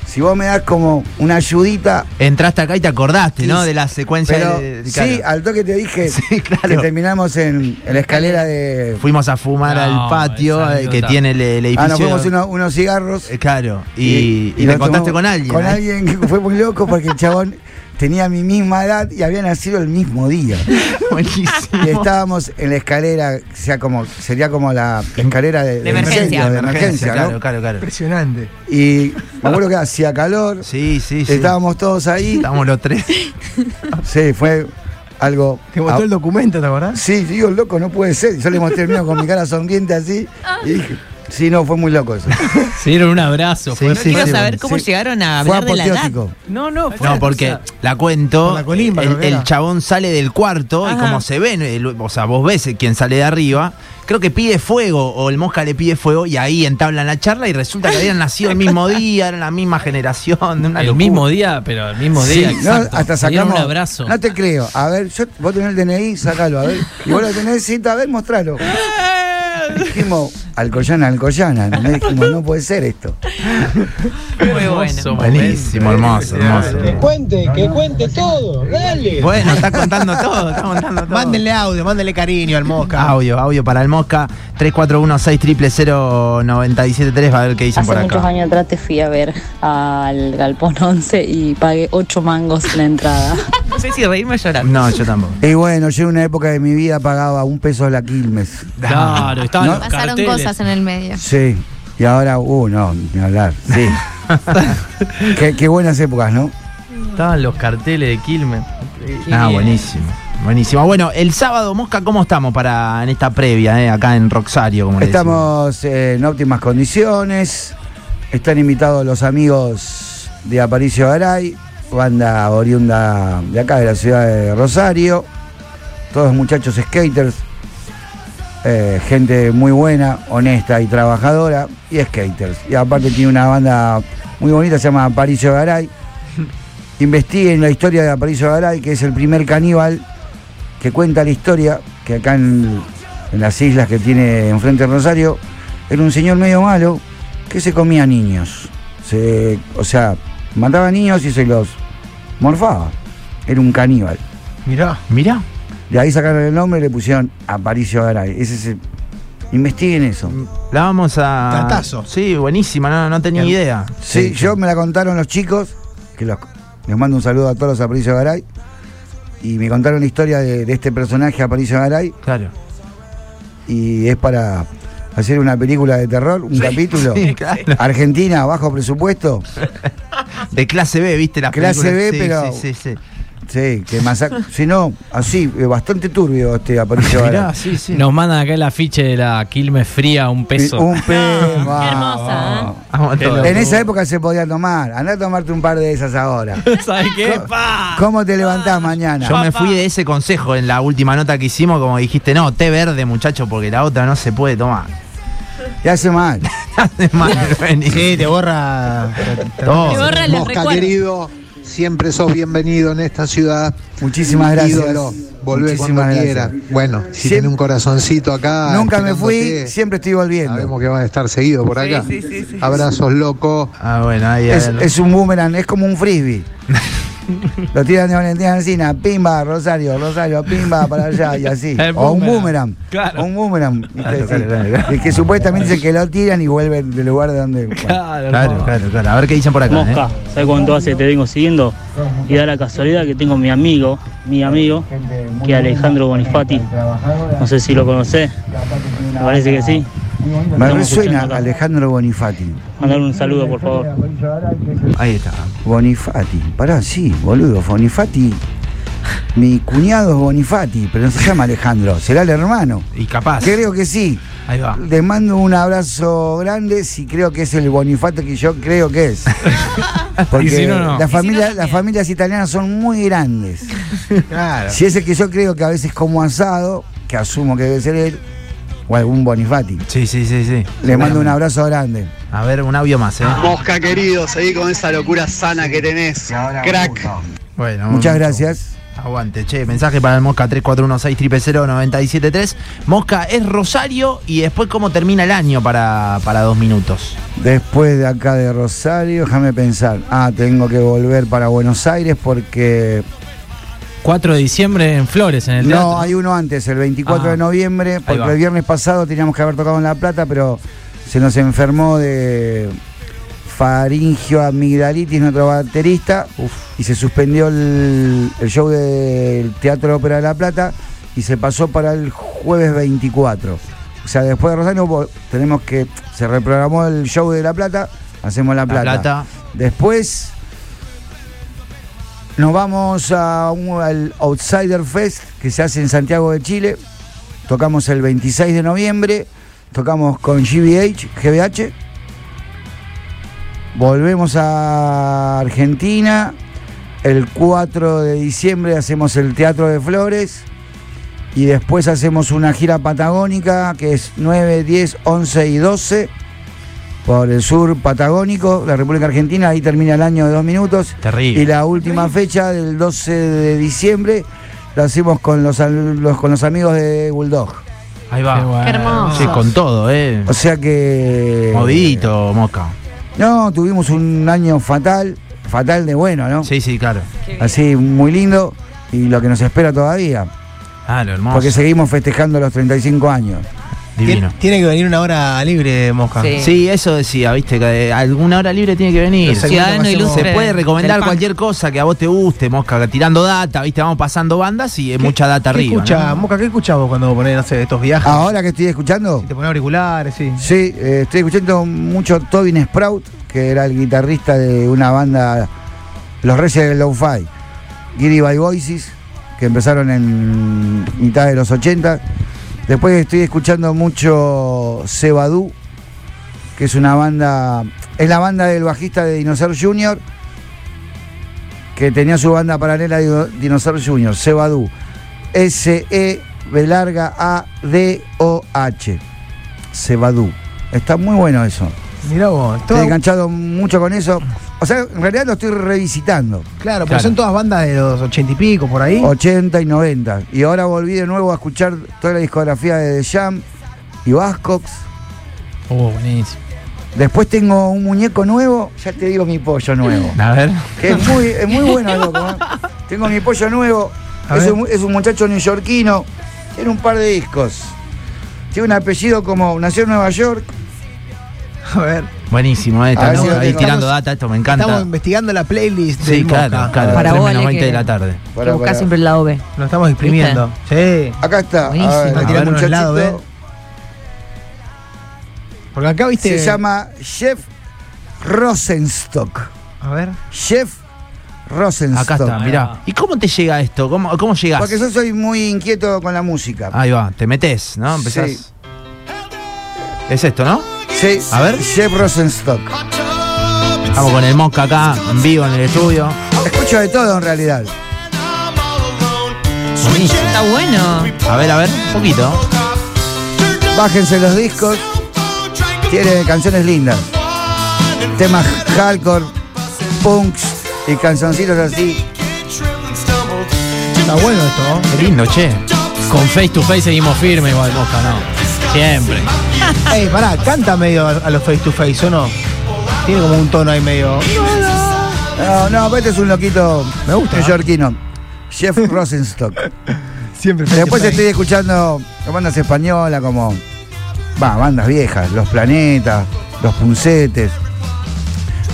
si vos me das como una ayudita,
Entraste acá y te acordaste, ¿no?
Sí,
De la secuencia
pero
de- de-
sí,
claro.
al toque te dije
Sí, claro.
que terminamos en, en la escalera de.
Fuimos a fumar
No,
al patio
esa
eh, que
anécdota.
tiene el, el edificio.
Ah, nos fuimos uno- unos cigarros.
Eh, Claro, y, y,
nos
te contaste
tomamos-
con alguien.
Con
¿eh?
alguien que fue muy loco porque el chabón tenía mi misma edad y había nacido el mismo día.
Buenísimo.
Y estábamos en la escalera, o sea, como, sería como la escalera de, de
emergencia.
incendio, de emergencia, ¿no?
claro, claro, claro.
Impresionante.
Y me acuerdo que hacía calor,
Sí, sí, sí.
estábamos todos ahí.
Estábamos los tres.
Sí, fue algo.
Te mostró
Ah,
el documento, ¿te acordás?
Sí, digo, loco, no puede ser. Yo le mostré el mío con mi cara sonriente así. Y dije, sí, no, fue muy loco eso.
Se dieron un abrazo.
Sí,
fue-
sí,
Quiero
sí,
saber cómo
sí.
llegaron a
Fue
hablar de la edad.
apoteótico.
No, no, fue
No,
una
porque
cosa-
la cuento.
Por la colimba,
el,
creo que
el
era.
chabón sale del cuarto y
Ajá.
como se ven, el- o sea, vos ves el- quien sale de arriba. Creo que pide fuego, o el mosca le pide fuego, y ahí entablan la charla y resulta que habían nacido el mismo día, eran la misma generación. Una
El
locura.
mismo día, pero el mismo
Sí,
día.
no,
exacto.
hasta
Se dieron
sacamos.
un abrazo.
No te creo. A ver, yo, vos tenés el DNI, sacalo, a ver. Y vos lo tenés, cita, a ver, mostralo. Dijimos, Alcoyana, Alcoyana. ¿entendés? Dijimos, no puede ser esto.
Muy bueno.
Buenísimo, hermoso, hermoso.
Cuente, que cuente todo, dale.
Bueno, está contando todo, está contando todo.
Mándenle audio, mándenle cariño al mosca.
Audio, audio para el mosca. 341 600 973 va a ver qué dicen
Hace
por
muchos
acá.
años atrás te fui a ver al Galpón 11 y pagué 8 mangos la entrada.
sé si reírme o llorar.
No, yo tampoco.
Y bueno, yo en una época de mi vida pagaba un peso la Quilmes.
Claro, estaban los
Pasaron
carteles.
cosas en el medio.
Sí. Y ahora, uh, no, ni hablar. Sí. qué, qué buenas épocas, ¿no?
Estaban los carteles de Quilmes.
Ah, buenísimo. Buenísimo. Bueno, el sábado, Mosca, ¿cómo estamos para en esta previa, eh, acá en Roxario? Como le
Estamos eh, en óptimas condiciones. Están invitados los amigos de Aparicio Garay, banda oriunda de acá, de la ciudad de Rosario. Todos muchachos skaters. eh, gente muy buena, honesta y trabajadora. Y skaters. Y aparte tiene una banda muy bonita, se llama Aparicio Garay. Investiguen la historia de Aparicio Garay, que es el primer caníbal que cuenta la historia, que acá en, en las islas que tiene enfrente de Rosario, era un señor medio malo que se comía niños. Se- o sea, mataba niños y se los morfaba. Era un caníbal.
Mirá.
Mirá.
De ahí sacaron el nombre y le pusieron Aparicio Garay. Ese es el- investiguen eso.
decimos? La vamos a.
Datazo.
Sí, buenísima, no, no tenía idea.
Sí, yo me la contaron los chicos, que los- les mando un saludo a todos los Aparicio Garay. Y me contaron la historia de, de este personaje, Aparicio Garay.
Claro.
Y es para hacer una película de terror, un capítulo.
sí, claro.
Argentina, bajo presupuesto.
De clase B, ¿viste? La
Clase B, pero-
Sí, sí, sí.
Sí, que masacre. si no, así, eh, bastante turbio este Aparicio
Mirá,
Garay.
sí, sí.
Nos mandan acá el afiche de la Quilmes fría, un peso.
Un pe- va,
hermosa,
va.
Vamos
Qué loco.
En esa época se podía tomar. Andá a tomarte un par de esas ahora.
¿Sabes qué?
¿Cómo te levantás mañana?
Yo me fui de ese consejo en la última nota que hicimos, como dijiste, no, té verde, muchacho, porque la otra no se puede tomar.
Te hace mal.
Hace mal, Benny.
Sí, te borra.
Todo.
Te borra los
Mosca
recuerdos.
querido, siempre sos bienvenido en esta ciudad.
Muchísimas
Un
gracias.
ídolo, volvé
Muchísimas
cuando
gracias.
quiera. Bueno, si
Siem-
tiene un corazoncito acá.
Nunca me fui,
esperándote,
siempre estoy volviendo.
Sabemos que vas a estar seguido por acá. Abrazos, loco.
Ah, bueno, ahí
Es,
ahí-
es un boomerang, es como un frisbee. Lo tiran de Valentina Alcina, pimba, Rosario, Rosario, pimba, para allá y así.
El
O un
boomerang.
boomerang.
Claro.
O un boomerang. ¿viste?
Claro, claro,
Sí.
claro, claro.
Y que supuestamente dicen que lo tiran y vuelven del lugar de donde. bueno.
Claro,
Claro,
hermano.
claro, claro. A ver qué dicen por acá.
Mosca,
¿eh?
¿sabes cuánto hace que te vengo siguiendo? Y da la casualidad que tengo mi amigo, mi amigo, que es Alejandro Bonifati, no sé si lo conocés, me parece que sí.
Me
Estamos
resuena
escuchando acá.
Alejandro Bonifati.
Mandar un saludo, por favor.
¿eh? Ahí está.
Bonifati. Pará, sí, boludo. Bonifati. Mi cuñado es Bonifati, pero no se llama Alejandro, será el hermano.
Y capaz.
Creo que sí.
Ahí va.
Les mando un abrazo grande si creo que es el Bonifato que yo creo que es. Porque
Y si no, no.
las familias- las familias italianas son muy grandes.
Claro.
Si es el que yo creo que a veces como asado, que asumo que debe ser él, o algún Bonifati.
Sí, sí, sí, sí.
Les mando un abrazo grande.
A ver, un audio más, ¿eh?
Ah.
Mosca querido, seguí con esa locura sana que tenés. Crack.
Bueno,
Muchas
un-
gracias.
Aguante, che. Mensaje para el Mosca 3416-000-973. Mosca es Rosario y después cómo termina el año para, para dos minutos.
Después de acá de Rosario, déjame pensar. Ah, tengo que volver para Buenos Aires porque
4 de diciembre en Flores, en el
No,
teatro.
hay uno antes, el 24
Ah.
de noviembre, porque
va.
el viernes pasado teníamos que haber tocado en La Plata, pero se nos enfermó de faringio amigdalitis nuestro baterista y se suspendió el, el show del Teatro Ópera de La Plata y se pasó para el jueves 24. O sea, después de Rosario vo- tenemos que se reprogramó el show de La Plata, hacemos La
La
Plata.
plata.
Después nos vamos a un- al Outsider Fest que se hace en Santiago de Chile. Tocamos el 26 de noviembre. Tocamos con GBH, GBH. Volvemos a Argentina. El 4 de diciembre hacemos el Teatro de Flores. Y después hacemos una gira patagónica que es 9, 10, 11 y 12 por el sur patagónico, la República Argentina. Ahí termina el año de dos minutos.
Terrible.
Y la última fecha del 12 de diciembre la hacemos con los, al- los- con los amigos de Bulldog.
Ahí va.
Qué bueno.
Qué hermoso.
Sí, con todo, ¿eh?
O sea que.
Movidito, Mosca.
No, tuvimos un año fatal, fatal de bueno, ¿no?
Sí, sí, claro.
Así, muy lindo y lo que nos espera todavía,
Claro, hermoso.
porque seguimos festejando los 35 años.
Divino.
Tiene que venir una hora libre, Mosca.
Sí. eso decía, viste, que eh, alguna hora libre tiene que venir.
Los segmentos
Ciudadano
que hacemos
ilustre. Se puede
del
recomendar
punk.
cualquier cosa que a vos te guste, Mosca, tirando data, viste, vamos pasando bandas y es mucha data
¿Qué
arriba.
escucha,
¿no?
Mosca, ¿qué escuchás vos cuando ponés, no sé, estos viajes?
Ahora que estoy escuchando.
Te pones auriculares, sí.
Sí, eh, estoy escuchando mucho Tobin Sprout, que era el guitarrista de una banda, Los Reyes del Lo-Fi, Giri by Voices, que empezaron en mitad de los 80. Después estoy escuchando mucho Cebadú, que es una banda, es la banda del bajista de Dinosaur Jr., que tenía su banda paralela de Dinosaur Jr., Cebadú. S-E, E, B larga, A-D-O-H. Cebadú. Está muy bueno eso.
Mirá vos,
Estoy
todas-
enganchado mucho con eso. O sea, en realidad lo estoy revisitando.
Claro, pero son todas bandas de los ochenta y pico, por ahí.
80 y 90. Y ahora volví de nuevo a escuchar toda la discografía de The Jam y Vascox.
Oh, buenísimo.
Después tengo un muñeco nuevo, ya te digo mi pollo nuevo.
A ver.
Que es muy, es muy bueno, loco. ¿eh? Tengo mi pollo nuevo.
A
Es
ver.
un, es un muchacho neoyorquino. Tiene un par de discos. Tiene un apellido como nació en Nueva York.
A ver.
Buenísimo, eh,
A ver
estamos
si lo
ahí
tengo.
tirando
Estamos-
data, esto me encanta.
Estamos investigando la playlist
Sí,
del
claro,
Mosca.
claro.
Para
tres
vos,
menos
Ale,
20 de
que-
la tarde.
que buscás siempre el lado B.
Lo estamos exprimiendo. Sí.
Acá está.
Buenísimo.
A ver,
Está
a
tirando
ver,
unos lados,
muchachito.
¿eh?
Porque acá viste.
Se llama Jeff Rosenstock.
A ver.
Jeff Rosenstock.
Acá está, mirá. ¿Y cómo te llega esto? ¿Cómo, cómo llegás?
Porque yo soy muy inquieto con la música.
Ahí va, te metes, ¿no? Empezás.
Sí.
Es esto, ¿no?
Sí.
A ver.
Jeff Rosenstock.
Estamos con el Mosca acá, en vivo en el estudio.
Escucho de todo en realidad.
Está bueno.
A ver, a ver, un poquito.
Bájense los discos. Tiene canciones lindas. Temas hardcore, punks y canzoncitos así.
Está bueno esto.
Qué lindo, che.
Con face to face seguimos firme igual, Mosca, ¿no? Siempre.
Ey, pará, canta medio a, a los face to face, ¿o no? Tiene como un tono ahí medio.
No, no, pero este es un loquito
Me
¿eh?
gusta.
neoyorquino. Jeff Rosenstock.
Siempre face to
Después
face.
estoy escuchando bandas españolas como. Va, bandas viejas, Los Planetas, Los Puncetes,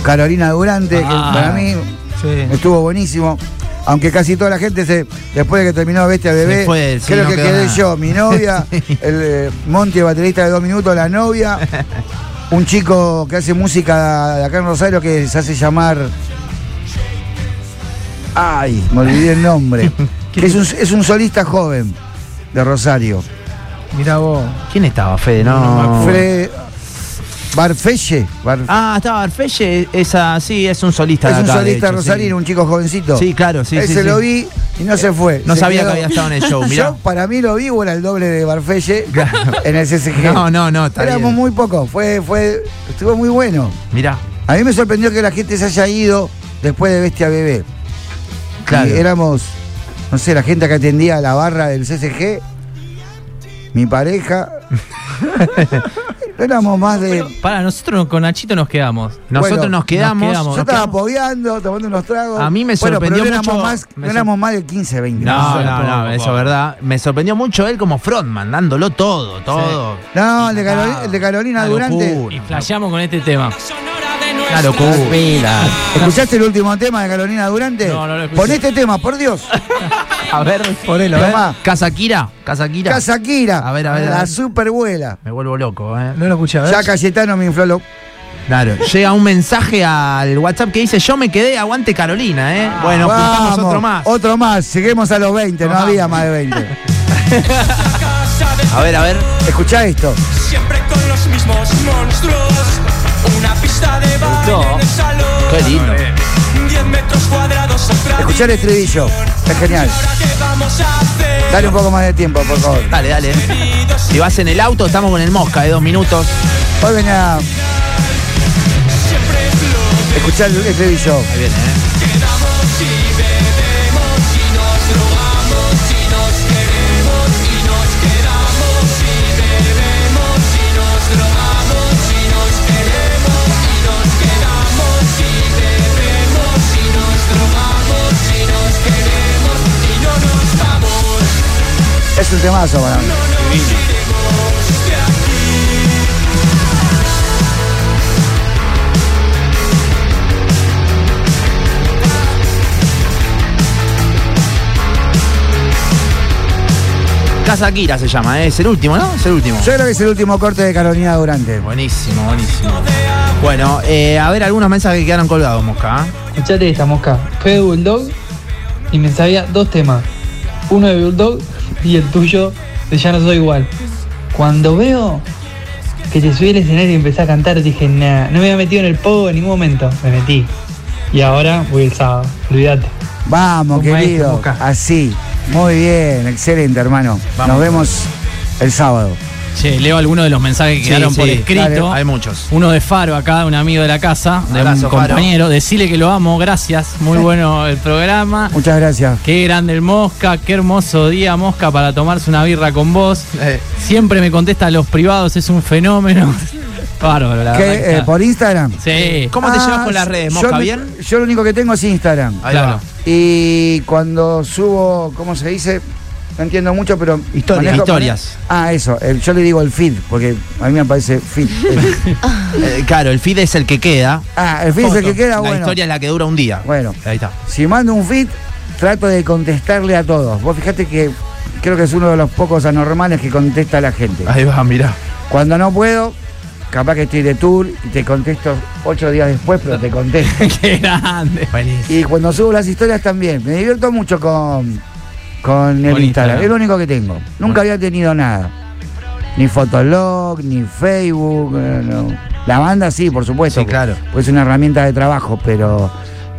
Carolina Durante,
Ah.
que para mí
Sí.
estuvo buenísimo. Aunque casi toda la gente se, después de que terminó Bestia Bebé,
Se fue, sí,
creo
no
que
quedó
quedé
nada.
yo, mi novia, el eh, Monty, el baterista de dos minutos, la novia, un chico que hace música de acá en Rosario que se hace llamar. Ay, me olvidé el nombre. que es un, es un solista joven de Rosario.
Mirá vos.
¿Quién estaba, Fede? No.
Fre- Barfelle. Barf-
Ah, estaba Arfelle, esa, sí, es un solista.
es
de
un
acá, de
solista
hecho,
rosarino, un chico jovencito.
Sí, claro, sí, sí, sí.
Ese lo vi y no se fue.
No
Se
sabía
quedó.
que había estado en el show, mirá.
Yo, para mí lo vi, era el doble de Barfelle en el
sí.
CCG.
No, no, no, está
Éramos
bien.
muy pocos, fue, fue, estuvo muy bueno.
Mirá,
A mí me sorprendió que la gente se haya ido después de Bestia Bebé.
claro.
Y éramos, no sé, la gente que atendía la barra del CCG, mi pareja. éramos más de.
Para, nosotros no- con Nachito nos quedamos.
Nosotros
bueno,
nos quedamos.
nos quedamos.
Yo
nos
estaba apoyando, tomando unos tragos.
A mí me
Bueno, pero
sorprendió
no éramos
mucho-
Más,
me
no éramos más de 15, 20.
No,
sé,
no, no,
tampoco.
eso es verdad. Me sorprendió mucho él como frontman, dándolo todo, todo.
No, el de, Carolina, el de Carolina
Una
Durante.
locura.
Y flasheamos con este tema.
Una locura.
¿Escuchaste el último tema de Carolina Durante?
No, no lo escuché.
Pon este tema, por Dios.
A ver,
Ponelo,
Tomá.
¿eh?
Casakira, Casakira.
Casaquira.
A ver, a ver, a
La
ver.
superbuela.
Me vuelvo loco, eh.
No lo escuché, a ver.
Ya Cayetano me infló lo-
Claro, llega un mensaje al WhatsApp que dice, yo me quedé, aguante Carolina, ¿eh? Bueno, juntamos
Vamos,
otro más.
Otro más. Lleguemos a los 20. No
Vamos.
había más de 20.
A ver, a ver.
Escuchá esto.
Siempre con los mismos monstruos. Una pista de baile en el salón.
Qué lindo.
10 metros cuadrados otra
Escuchá el estribillo. Es genial.
¿Ahora qué vamos a hacer?
Dale un poco más de tiempo, por favor.
Dale, dale. Si vas en el auto, estamos con el Mosca de dos minutos.
Hoy venía. Escuchá el estribillo.
Ahí viene, ¿eh?
Es un temazo para mí.
Casa Kira se llama, ¿eh? es el último, ¿no? Es el último.
Yo creo que es el último corte de Carolina Durante.
Buenísimo, buenísimo. Bueno, eh, a ver algunos mensajes que quedaron colgados, Mosca. ¿eh?
Escuchate esta mosca. Fue de Bulldog y me sabía dos temas. Uno de Bulldog y el tuyo de Ya no soy igual. Cuando veo que te subí al escenario y empecé a cantar, dije, nah, no me había metido en el pogo en ningún momento. Me metí. Y ahora voy el sábado. Olvídate.
Vamos,
Un maestro,
querido.
Boca.
Así. Muy bien, excelente, hermano.
Vamos.
Nos vemos el sábado.
Che, leo algunos de los mensajes que
Sí,
quedaron
sí,
por escrito.
dale.
Hay muchos.
Uno de Faro acá, un amigo de la casa, de
Abrazo,
un
Faro.
compañero. Decirle que lo amo, gracias. Muy bueno el programa.
Muchas gracias.
Qué grande el Mosca, qué hermoso día Mosca para tomarse una birra con vos. Siempre me contesta a los privados, es un fenómeno. Bárbaro, la
¿Qué,
verdad. que
eh,
está.
¿Por Instagram?
Sí. ¿Cómo te llevas con las redes,
Ah, yo
Mosca?
lo-
¿Bien?
Yo lo único que tengo es Instagram.
Ahí Claro. va.
Y cuando subo, ¿cómo se dice? No entiendo mucho, pero.
Historias. Historias.
Ah, eso. el- yo le digo el feed, porque a mí me parece feed.
Eh, claro, el feed es el que queda.
Ah, el feed es el que queda,
La
bueno.
historia es la que dura un día.
Bueno.
Ahí está.
Si mando un feed, trato de contestarle a todos. Vos fijate que creo que es uno de los pocos anormales que contesta a la gente.
Ahí va, mirá.
Cuando no puedo, capaz que estoy de tour y te contesto ocho días después, pero te contesto.
Qué grande.
y cuando subo las historias también. Me divierto mucho con, con el
Con Instagram.
Instagram. Es lo único que tengo. Nunca había tenido nada. Ni Fotolog, ni Facebook. eh, no. La banda sí, por supuesto.
Sí, claro.
Pues es una herramienta de trabajo, pero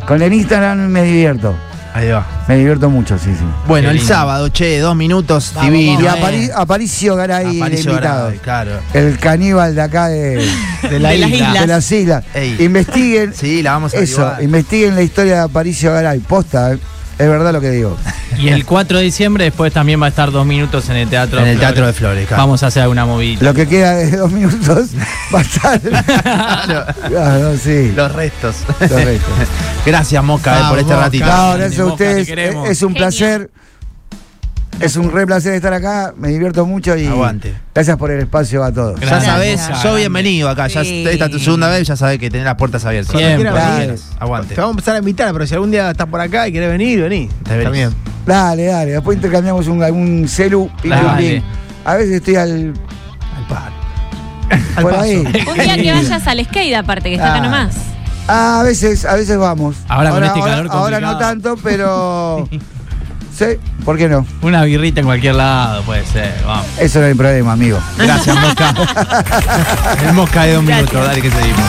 con el Instagram me divierto.
Ahí va.
Me divierto mucho, sí, sí.
Bueno, el sábado, che, dos minutos,
Vamos,
divino.
vamos. Y Apari- Aparicio Garay,
Aparicio
el invitado.
Garay, claro.
El caníbal de acá de,
De la isla.
De las islas.
Ey.
Investiguen.
Sí, la vamos a
Eso,
averiguar.
investiguen la historia de Aparicio Garay. Posta, eh. es verdad lo que digo.
Y el 4 de diciembre después también va a estar dos minutos en el Teatro
En
de
el
Flores.
Teatro de Flores, claro.
Vamos a hacer alguna movida.
Lo que queda de dos minutos va a estar. Claro, sí.
Los restos.
Los restos.
Gracias, Mosca, eh, por este ratito.
No, gracias a ustedes. Es es un placer. Es un re placer estar acá. Me divierto mucho y.
Aguante.
Gracias por el espacio a todos.
Ya sabés, yo bienvenido acá. Ya
Sí.
esta es tu segunda vez, ya sabés que tenés las puertas abiertas.
Cuando Siempre. quieras,
Cuando
venís.
quieras. Aguante.
Te vamos a empezar a invitar, pero si algún día estás por acá y querés venir, vení.
Te venís.
También.
Dale, dale. Después intercambiamos un, algún celu. pim, pum,
Dale.
pim. A veces estoy al. Al par. Por ahí.
Un día que vayas al skate, aparte, que está acá
Ah.
nomás.
Ah, a veces, a veces vamos.
Ahora con este calor
ahora no tanto, pero. sí, ¿por qué no?
Una birrita en cualquier lado puede ser. Vamos.
Eso no es el problema, amigo.
Gracias, Mosca. el Mosca de dos minutos, dale que seguimos.